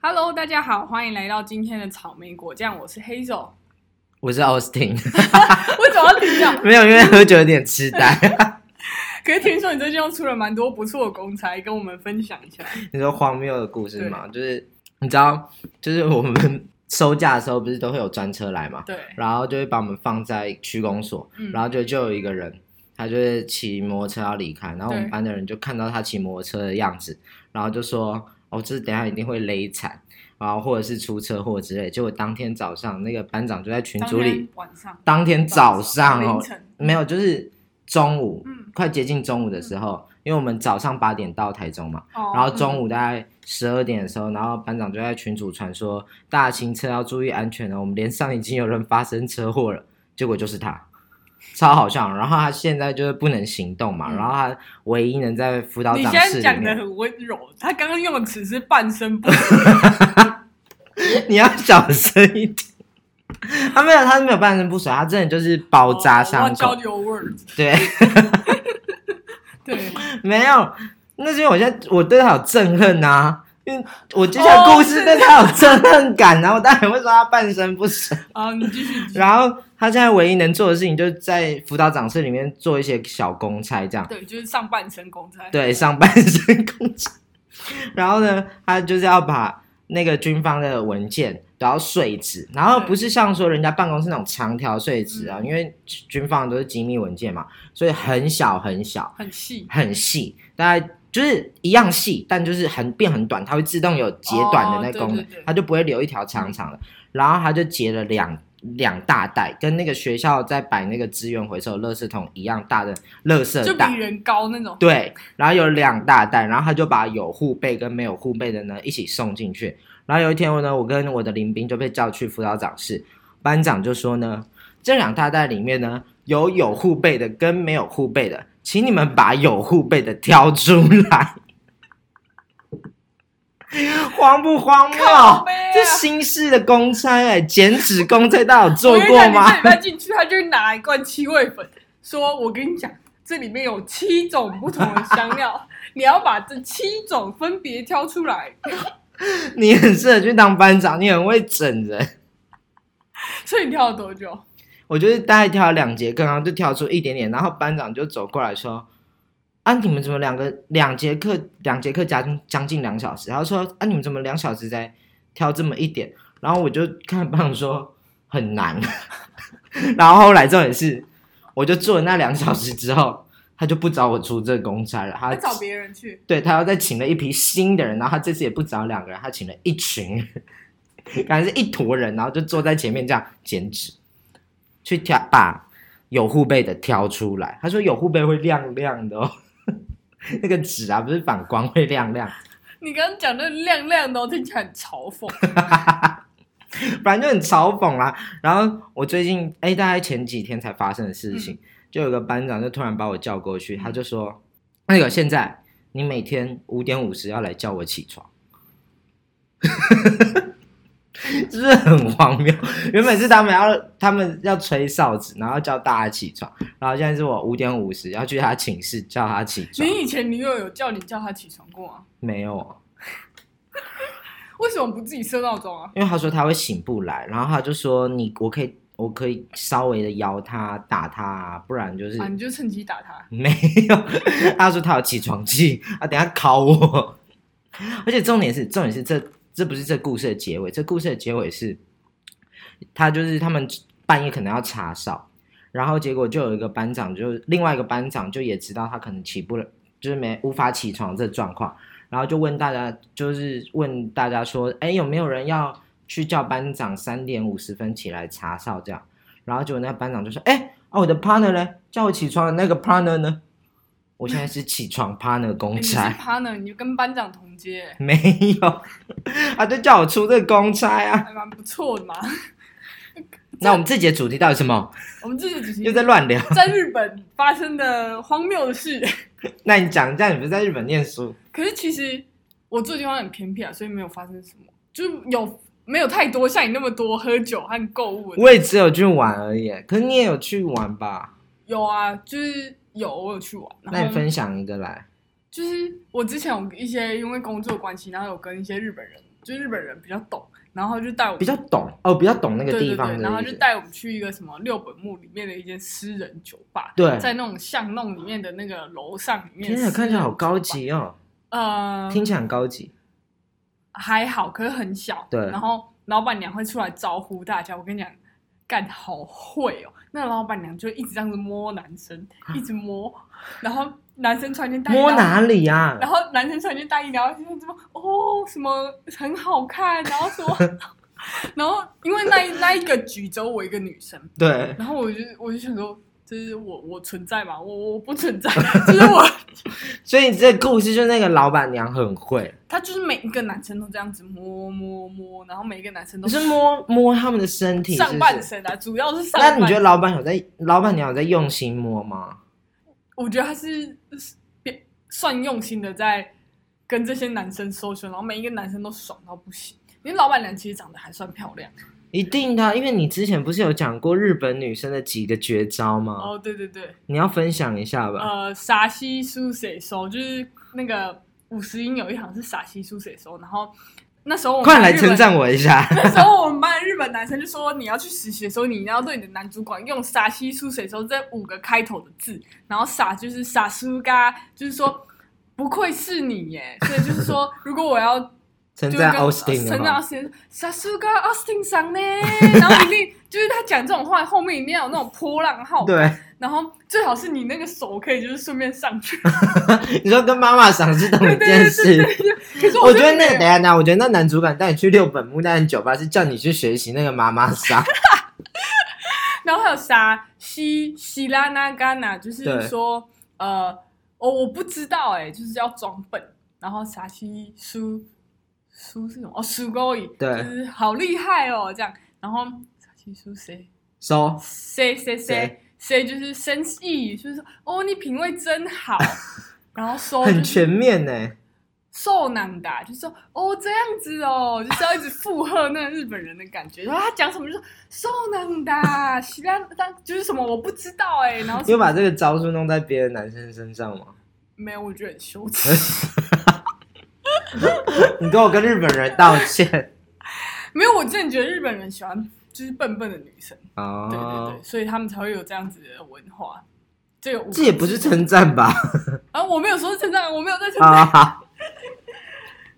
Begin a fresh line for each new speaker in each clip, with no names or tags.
Hello，大家好，欢迎来到今天的草莓果酱，我是 Hazel。
我是 Austin，
为什么要停掉？
没有，因为喝酒有点痴 呆。
可是听说你最近又出了蛮多不错的公差，跟我们分享一下。
你说荒谬的故事吗？就是你知道，就是我们收假的时候不是都会有专车来嘛，
对，
然后就会把我们放在区公所，
嗯
然后就就有一个人，他就是骑摩托车要离开，然后我们
对
班的人就看到他骑摩托车的样子，然后就说：“哦，这等一下一定会勒惨，然后或者是出车祸之类。”结果当天早上，那个班长就在群
当
组里
天，晚上，
当天早上
凌
哦，
晨，
没有，就是中午，
嗯，
快接近中午的时候，因为我们早上八点到台中嘛，
哦，
然后中午大概十二点的时候，然后班长就在群组传说大型车要注意安全了，我们连上已经有人发生车祸了，结果就是他，超好笑。然后他现在就是不能行动嘛，
嗯
然后他唯一能在辅导
你
长
现在
室
讲
里
的
面，
很温柔，他刚刚用的词是半声 不
你要小声一点。他没有，他没有半身不遂，他真的就是包扎伤口。
交流 words，
对，
对，
没有，那是因为我现在我对他有憎恨啊，因为我接下来故
哦
事对他有憎恨感、然后我当然会说他半身不遂。
好，你继续，继续
然后他现在唯一能做的事情，就是在辅导长室里面做一些小公差，这样
对，就是上半身公差，
对上半身公差。然后呢，他就是要把那个军方的文件都要碎纸，然后
对
不是像说人家办公室那种长条碎纸啊，
嗯
因为军方都是机密文件嘛，所以很小很小。
很细，
很细，大概就是一样细，但就是很变很短，它会自动有截短的那功能，
哦对对对
它就不会留一条长长的。然后它就截了两两大袋，跟那个学校在摆那个资源回收垃圾桶一样大的哦垃
就
圾
比
袋。
人高那种，
对，然后有两大袋，然后他就把有护背跟没有护背的呢一起送进去。然后有一天我呢，我跟我的林兵就被叫去辅导长室，班长就说呢，这两大袋里面呢有有护背的跟没有护背的，请你们把有护背的挑出来。 荒不荒谬？
靠背啊
这新式的公差哎、剪纸公差，大家有
我
做
跟你
过
讲，你
吗
这？礼拜进去，他就拿一罐七味粉，说：“我跟你讲，这里面有七种不同的香料， 你要把这七种分别挑出来。
你很适合去当班长，你很会整人。”
所以你挑了多久？
我就是大概挑了两节课，然后就挑出一点点，然后班长就走过来说：“啊，你们怎么两个两节课两节课加将近两小时？”他说：“啊，你们怎么两小时才挑这么一点？”然后我就看班长说很难， 然后后来重点是，我就做了那两小时之后，他就不找我出这个公差了，他
他找别人去，
对他要再请了一批新的人，然后他这次也不找两个人，他请了一群人，感觉是一坨人，然后就坐在前面这样剪纸，去挑把有护背的挑出来。他说有护背会亮亮的哦， 那个纸啊不是反光会亮亮，
你刚刚讲的亮亮的哦，听起来很嘲讽。
反正就很嘲讽啦。然后我最近哎，大概前几天才发生的事情，就有个班长就突然把我叫过去，他就说那个现在你每天五点五十要来叫我起床。 是不是很荒谬？原本是他们要他们要吹哨子，然后叫大家起床，然后现在是我五点五十要去他寝室叫他起床，
你以前女友有叫你叫她起床过吗？
没有，啊
为什么不自己设闹钟啊？
因为他说他会醒不来，然后他就说你我可以我可以稍微的摇他打他、啊，不然就是、
啊，你就趁机打她。
没有， 他说他有起床气，啊，等一下考我。而且重点是，重点是这这不是这故事的结尾，这故事的结尾是，他就是他们半夜可能要查哨，然后结果就有一个班长，就另外一个班长就也知道他可能起不了，就是没无法起床这状况，然后就问大家，就是问大家说，哎，有没有人要去叫班长三点五十分起来查哨这样？然后结果那班长就说，哎，啊我的 partner 呢？叫我起床的那个 partner 呢？我现在是起床 partner
哎
公
你是
差。
partner，你就跟班长同阶，
没有，他就叫我出这个公差啊。
还蛮不错的 嘛。
那我们这节主题到底什么？
我们这己
又在乱聊。
在日本发生的荒谬的事。
那你讲一下，你不是在日本念书？
可是其实我住的地方很偏僻啊，所以没有发生什么，就是有没有太多像你那么多喝酒和购物的。
我也只有去玩而已，可是你也有去玩吧？
有啊，就是有我有去玩，
那
然
你
后
分享一个来。
就是我之前有一些因为工作关系，然后有跟一些日本人就日本人比较懂，然后就带我们
比较懂哦，比较懂那个
对
地
对
方
对，
的
然后
意
就
思。
带我们去一个什么六本木里面的一间私人酒吧，
对，
在那种巷弄里面的那个楼上里面。
天啊，看起来好高。级哦，
呃，
听起来很高级。
还好，可是很小。
对
然后老板娘会出来招呼大家，我跟你讲，干好会哦。那老板娘就一直这样子摸男生，一直摸，然后男生穿件大衣，
啊摸
然后
哪里啊？
然后男生穿件大衣，然后就是什么哦什么很好看，然后什 么，然后因为那一那一个局只有我一个女生，
对，
然后我就我就想说，就是我我存在嘛，我我不存 在，就是我
所以这故事就是那个老板娘很会，
他就是每一个男生都这样子摸摸摸，然后每一个男生都
你是摸摸他们的身体，
上半
是
身啊，主要是
不
上
是。那
半。
你觉得？老板有在老板娘有在用心摸吗？
我觉得他是变算用心的在跟这些男生 social，然后每一个男生都爽到不行。因为老板娘其实长得还算漂亮。
一定的啊，因为你之前不是有讲过日本女生的几个绝招吗？
哦，对对对，
你要分享一下吧。
呃，傻西苏谁收，就是那个五十音有一行是傻西苏谁收，然后那时候我们
快来
日本
称赞我一下。
那时候我们班的日本男生就说，你要去实习的时候，你一定要对你的男主管用“傻西出水收”这五个开头的字，然后“傻”就是“傻苏嘎”，就是说不愧是你耶。所以就是 说，如果我要
称
就是
赞
跟呃
Austin
称
的
赞
吗？
Austin，傻苏嘎 Austin 上呢，然后一定就是他讲这种话，后面一定要有那种波浪号，
对，
然后最好是你那个手可以就是顺便上去。
你说跟妈妈赏是同一件事。
可是
我觉
就
得那个，
没有
等一下，等一下，我觉得那男主管带你去六本木那间酒吧是叫你去学习那个妈妈桑，
然后还有啥西西拉那干呐，就
对
是说呃，我、我不知道哎、就是要装笨。然后啥西苏苏是什么？哦，苏勾引，
对
就是好厉害哦这样。然后啥西苏谁
收
谁谁谁
谁
谁就是生意，就是说哦你品味真 好。然后收
很
就是
全面呢。
受难的啊、就是说哦这样子哦，就是要一直附和那个日本人的感觉。然后他讲什么就说受难的啊，其他但就是什么我不知道哎、然后
你有把
这
这个招数弄在别的男生身上吗？
没有，我觉得很羞耻。
你跟我跟日本人道 歉
没有，我真的觉得日本人喜欢就是笨笨的女生，对对
哦
对，，所以他们才会有这样子的文化。这个我
这也不是称赞吧？
啊，我没有说称赞，我没有在称赞。
啊，好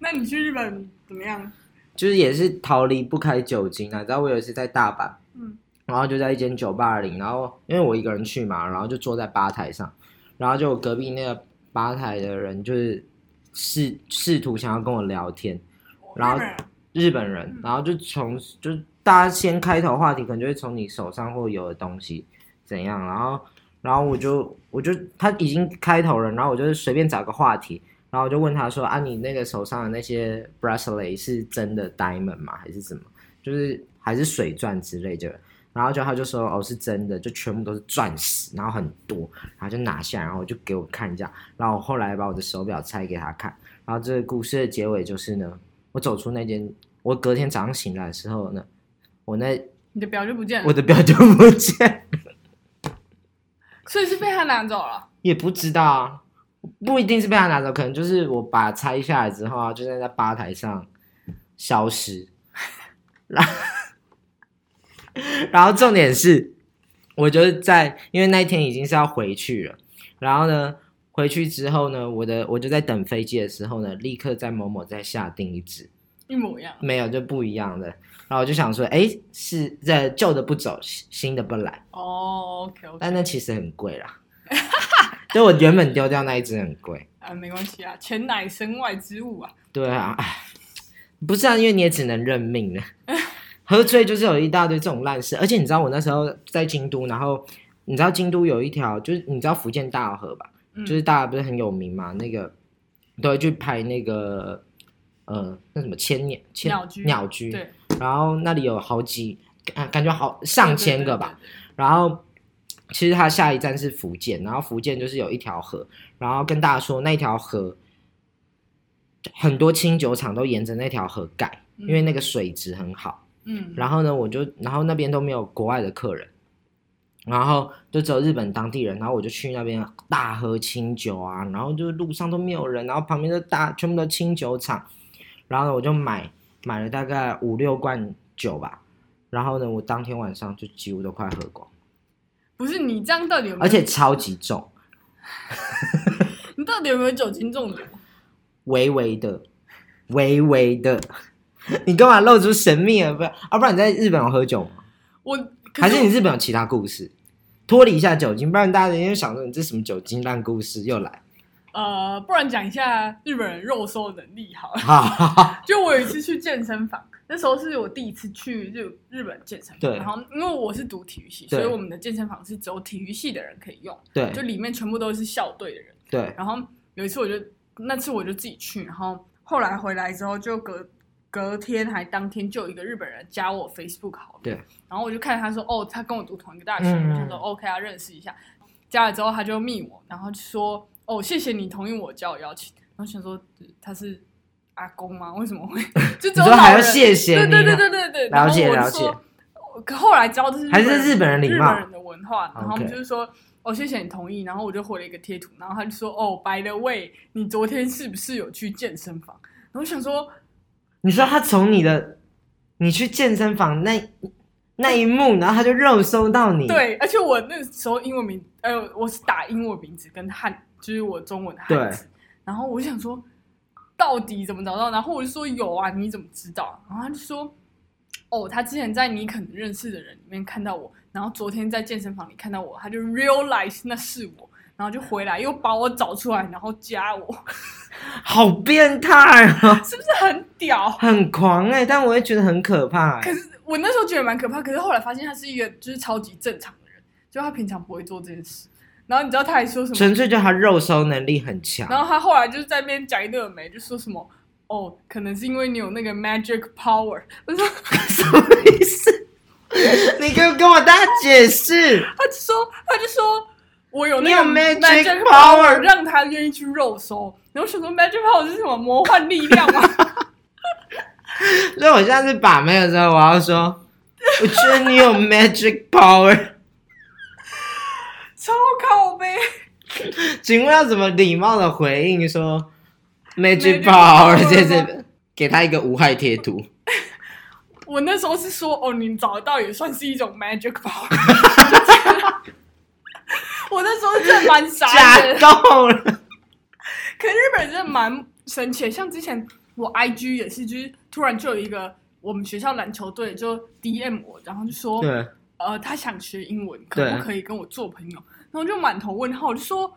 那你去日本怎么样？
就是也是逃离不开酒精啊。你知道我有一次在大阪，
嗯
然后就在一间酒吧里，然后因为我一个人去嘛，然后就坐在吧台上，然后就我隔壁那个吧台的人就是试试图想要跟我聊天，然
日
后
本人啊
日本人
嗯，
然后就从就大家先开头话题，可能就会从你手上或有的东西怎样，然后然后我就我就他已经开头了，然后我就是随便找个话题，然后我就问他说啊，你那个手上的那些 bracelet 是真的 diamond 吗？还是什么？就是还是水钻之类的。然后就他就说哦是真的，就全部都是钻石，然后很多，然后就拿下来，然后就给我看一下，然后我后来把我的手表拆给他看，然后这个故事的结尾就是呢，我走出那间，我隔天早上醒来的时候呢，我那
你的表就不见
我
了，
的表就不见，
所以是被他拿走了。
也不知道啊，不一定是被他拿走，可能就是我把它拆下来之后啊，就在那吧台上消失，然 后然后重点是，我就是在因为那一天已经是要回去了，然后呢。回去之后呢，我的我就在等飞机的时候呢，立刻在某某再下订一只，
一模一样，
没有，就不一样的。然后我就想说，哎，是这旧的不走，新新的不来，
哦，OK OK，
但那其实很 贵啦。就我原本丢掉那一只很贵，
啊，没关系啊，钱乃身外之物啊。
对啊，唉不是啊，因为你也只能认 命了。喝醉就是有一大堆这种烂事，而且你知道我那时候在京都，然后你知道京都有一条，就是你知道福建大河吧，
嗯
就是大家不是很有名嘛，那个都会去拍那个呃那什么千鸟千
鸟居
鸟居，
对，
然后那里有好几，啊，感觉好上千个吧。
对。对对对
然后其实它下一站是福建，然后福建就是有一条河，然后跟大家说那条河很多清酒厂都沿着那条河盖，
嗯
因为那个水质很好。
嗯，
然后呢，我就然后那边都没有国外的客人，然后就只有日本当地人，然后我就去那边大喝清酒啊，然后就路上都没有人，然后旁边就大全部都清酒厂，然后呢我就买买了大概五六罐酒吧，然后呢，我当天晚上就几乎都快喝光，
不是你这样到底有没有？
而且超级重，
你到底有没有酒精中毒？
微微的，微微的。 你干嘛露出神秘啊？不要，啊，不然你在日本有喝酒吗？
我可
还是你日本有其他故事？脱离一下酒精，不然大家就想说你这什么酒精烂故事又来。
呃，不然讲一下日本人肉搜能力好了。
好好好，
就我有一次去健身房，那时候是我第一次去日日本健身房，
对
然后因为我是读体育系，
对
所以我们的健身房是只有体育系的人可以用，
对
就里面全部都是校队的人。
对，
然后有一次我就那次我就自己去，然后后来回来之后就隔隔天还当天就有一个日本人加我 Facebook 好友，
对，
然后我就看他说哦，他跟我读同一个大学，
嗯
我想说 OK 啊，认识一下。加了之后他就密我，然后就说哦，谢谢你同意我加我邀请，然后想说呃他是阿公吗？为什么会 就只
你
有
说还
老
要
人？
谢谢
对
你，
对对对对对，然
了
后
解
我
了
就
解
说，我可后来知道这是
还
本
是日本人礼
日
貌
本。人的文化，然后他们
OK
就是说，哦，谢谢你同意，然后我就回了一个贴图，然后他就说，哦，by the way，你昨天是不是有去健身房？然后我想说，
你说他从你的，你去健身房那那一幕，然后他就肉搜到你，
对，而且我那时候英文名，呃，我是打英文名字跟汉，就是我中文的汉字，然后我就想说，到底怎么找到？然后我就说有啊，你怎么知道？然后他就说，哦，他之前在你可能认识的人里面看到我，然后昨天在健身房里看到我，他就 realize 那是我。然后就回来，又把我找出来，然后加我，
好变态啊，
是不是很屌？
很狂哎、但我也觉得很可怕、
可
欸。
是我那时候觉得蛮可怕，可是后来发现他是一个就是超级正常的人，就他平常不会做这件事。然后你知道他还说什么？
纯粹就他肉搜能力很强，
然后他后来就是在那边讲一堆有没，就说什么哦，可能是因为你有那个 magic power。我说
什么意思？ 你给我跟我大家解释，
他就说他就说我有
你
那
有
个
magic
magic
power
让他愿意去肉搜。然后我想说 magic power 是什么魔幻力量吗？
所以我下次把妹的时候，我要说，我觉得你有 magic power，
超靠呗。
请问要怎么礼貌的回应说 magic
Magic
power？
power
这这，给他一个无害 贴图。
我那时候是说哦，你找得到也算是一种 magic power。我那时候真的蛮傻的。
假够了。
可是日本人真的蛮神奇的，像之前我 IG 也是，就是突然就有一个我们学校篮球队就 DM 我，然后就说，
对，
呃，他想学英文，可
对
不可以跟我做朋友？然后就满头问号，我就说，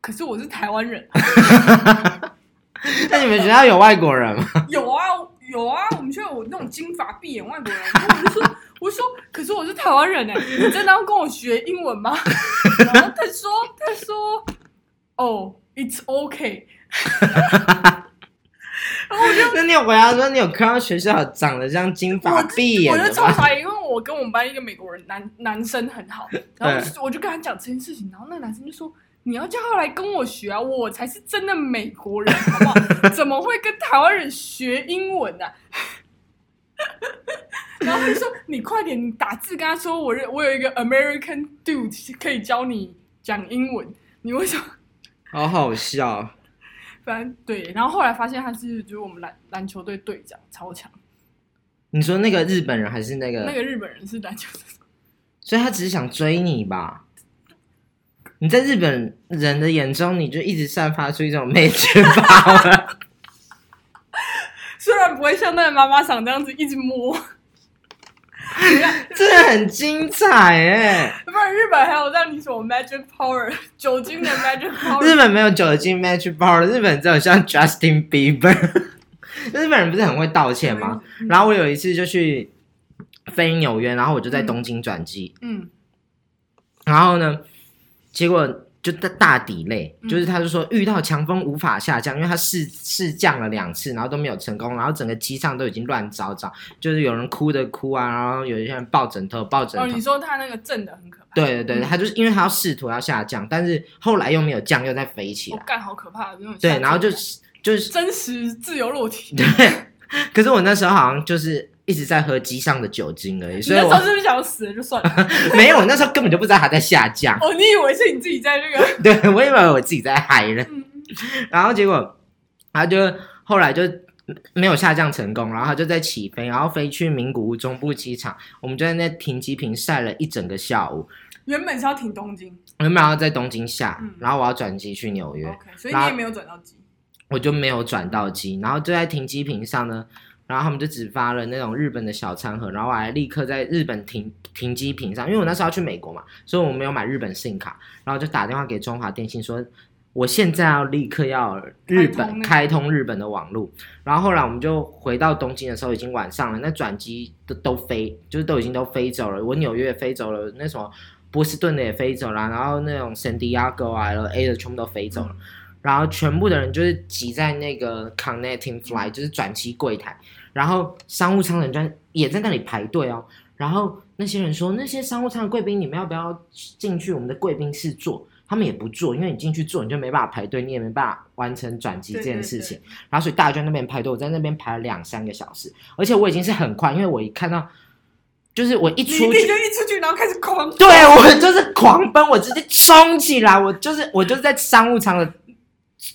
可是我是台湾人，
那你们学校有外国人 吗？
有啊有啊，我们学校有那种金发碧眼外国人，然后我就说，我就说，可是我是台湾人哎、你真的要跟我学英文吗？然后他说，他说，哦、i t s OK，
那你有回答说你有看到学校长得像金发碧眼
我就
的
超
吗？
傻眼，因为我跟我们班一个美国人男男生很 好，然后我就我就跟他讲这件事情，然后那个男生就说。你要叫他来跟我学啊！我才是真的美国人，好不 好？怎么会跟台湾人学英文呢、啊？ 然后他就说：“你快点，你打字跟他说，我认我有一个 American dude 可以教你讲英文。你为什么？
好好笑。
反正对。然后后来发现他是就是我们篮篮球队队长，超强。
你说那个日本人还是那个？
那个日本人是篮球队
所以他只是想追你吧？你在日本人的眼中，你就一直散发出一种魅力 吧？
虽然不会像那个妈妈桑这样子一直摸，
真的很精彩哎！
不然日本还有让你什么 magic power 酒精的 magic
日
power，
本没有酒精 match bar，日本只有像 Justin Bieber。日本人不是很会道歉吗？
嗯
然后我有一次就去飞纽约，然后我就在东京转机，
嗯
然后呢，结果就大大抵累，
嗯
就是他就说遇到强风无法下降，因为他试试降了两次，然后都没有成功，然后整个机上都已经乱糟糟，就是有人哭的哭啊，然后有一些人抱枕头抱枕
哦，
头
你，说嗯他那个震的很可怕，
对对对，他就是因为他要试图要下降，但是后来又没有降，又再飞起
我
来，
干好可怕，那种
对，然后就
吓死
就是
我真实自由落体。
对，可是我那时候好像就是一直在喝机上的酒精而已，
你
所以
那时候
我
是不是想死了就算了？
没有，我那时候根本就不知道它在下降。
哦，你以为是你自己在那个？
对我以为我自己在嗨了
嗯，
然后结果他就后来就没有下降成功，然后它就在起飞，然后飞去名古屋中部机场，我们就在那停机坪晒了一整个下午，
原本是要停东京
原本要在东京下，
嗯
然后我要转机去纽约，
，OK，所以你也没有转到机，
我就没有转到机，然后就在停机坪上呢，然后他们就只发了那种日本的小餐盒，然后我还立刻在日本停停机坪上，因为我那时候要去美国嘛，所以我没有买日本信卡，然后就打电话给中华电信说，我现在要立刻要日
开
本
通那个
开通日本的网络，然后后来我们就回到东京的时候已经晚上了，那转机都都飞，就是都已经都飞走了，我纽约也飞走了，那什么波士顿的也飞走了，然后那种 San Diego 啊 LA 的全部都飞走了。然后全部的人就是挤在那个 connecting fly，就是
嗯
转机柜台，然后商务舱的人在也在那里排队哦。然后那些人说，那些商务舱的贵宾，你们要不要进去我们的贵宾室坐？他们也不坐，因为你进去坐，你就没办法排队，你也没办法完成转机这
对
件
对
事情。
对
然后所以大家就在那边排队，我在那边排了两三个小时，而且我已经是很快，因为我一看到，就是我一
你
出
一
去
定就一出去，然后开始狂
对我就是狂奔，我直接冲起来，我就是我就是在商务舱的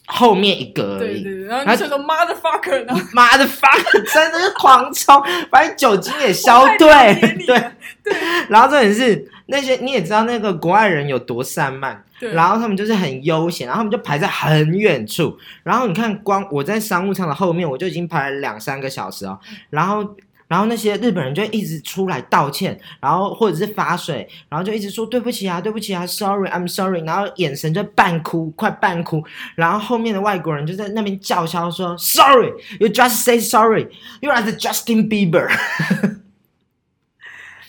后面一格而
对对
已。
对，然后你就说 motherfucker，然后
妈的 fuck，真的是狂冲，反正酒精也消退
我太了解你，
对
了
然后重点是那些你也知道那个国外人有多散漫，
对，
然后他们就是很悠闲，然后他们就排在很远处。然后你看，光我在商务舱的后面，我就已经排了两三个小时哦。然后，然后那些日本人就一直出来道歉，然后或者是发水，然后就一直说对不起啊，对不起啊，sorry，I'm sorry。然后眼神就半哭，快半哭。然后后面的外国人就在那边叫嚣说，sorry，you just say sorry，you are the Justin Bieber。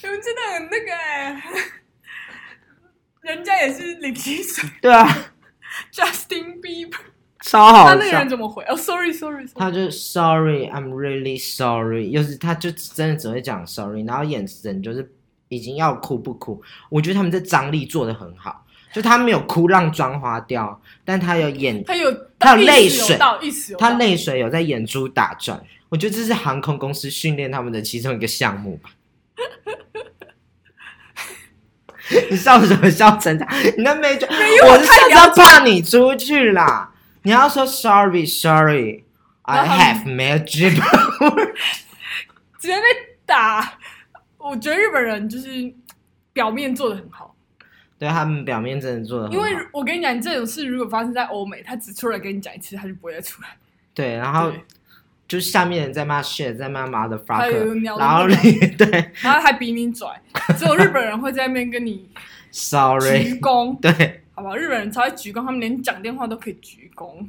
你们真的很那个哎、人家也是领薪水
对啊，
，Justin Bieber，那
超好
那个
笑
人。怎么回？哦，sorry，sorry，sorry、s o r r y sorry，
他就 sorry, I'm really sorry，又是他就真的只会讲 sorry，然后眼神就是已经要哭不哭。我觉得他们这张力做的很好，就他没有哭让妆花掉，但他有演
他有
他有
意识
泪水
到意识有
他
到
泪水有在眼珠打转。我觉得这是航空公司训练他们的其中一个项目吧。你笑什么笑成这样？你那没就我是下次要怕你出去啦。你要说 sorry sorry。I
然后他
have magic，
直接被打。我觉得日本人就是表面做的很好，
对他们表面真的做的，
因为我跟你讲，这种事如果发生在欧美，他只出来跟你讲一次，他就不会再出来。
对，然后
对
就下面人在骂 shit，在骂 motherfucker，
motherfucker，
然后你对
然后还比你 拽，只有日本人会在那边跟你
sorry，
鞠躬，
对，
好不好？日本人超爱鞠躬，他们连讲电话都可以鞠躬。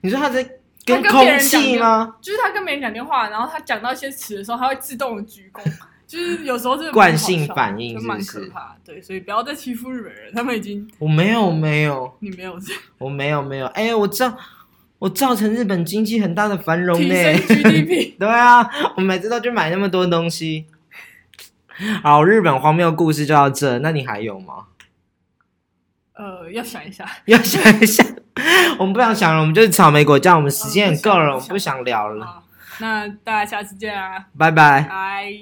你说他在跟
跟别
空
人讲
气吗？
就是他跟别人讲电话，然后他讲到一些词的时候，他会自动的鞠躬， 就是有时候这个
惯性反应
就是蛮
不
可
是？
怕的。对，所以不要再欺负日本人，他们已经
我没有没有
你 没有
我没有没有，哎，我造我造成日本经济很大的繁荣
提
呢。
升 GDP。
对啊，我每次都去买那么多东西。好，日本荒谬故事就到这，那你还有吗？
呃，要想一下，
要想一下，我们不想想了，我们就是草莓果酱，我们时间也够了，我
哦
们
不想
不想聊了，
好，那大家下次见啊，
拜拜。
拜。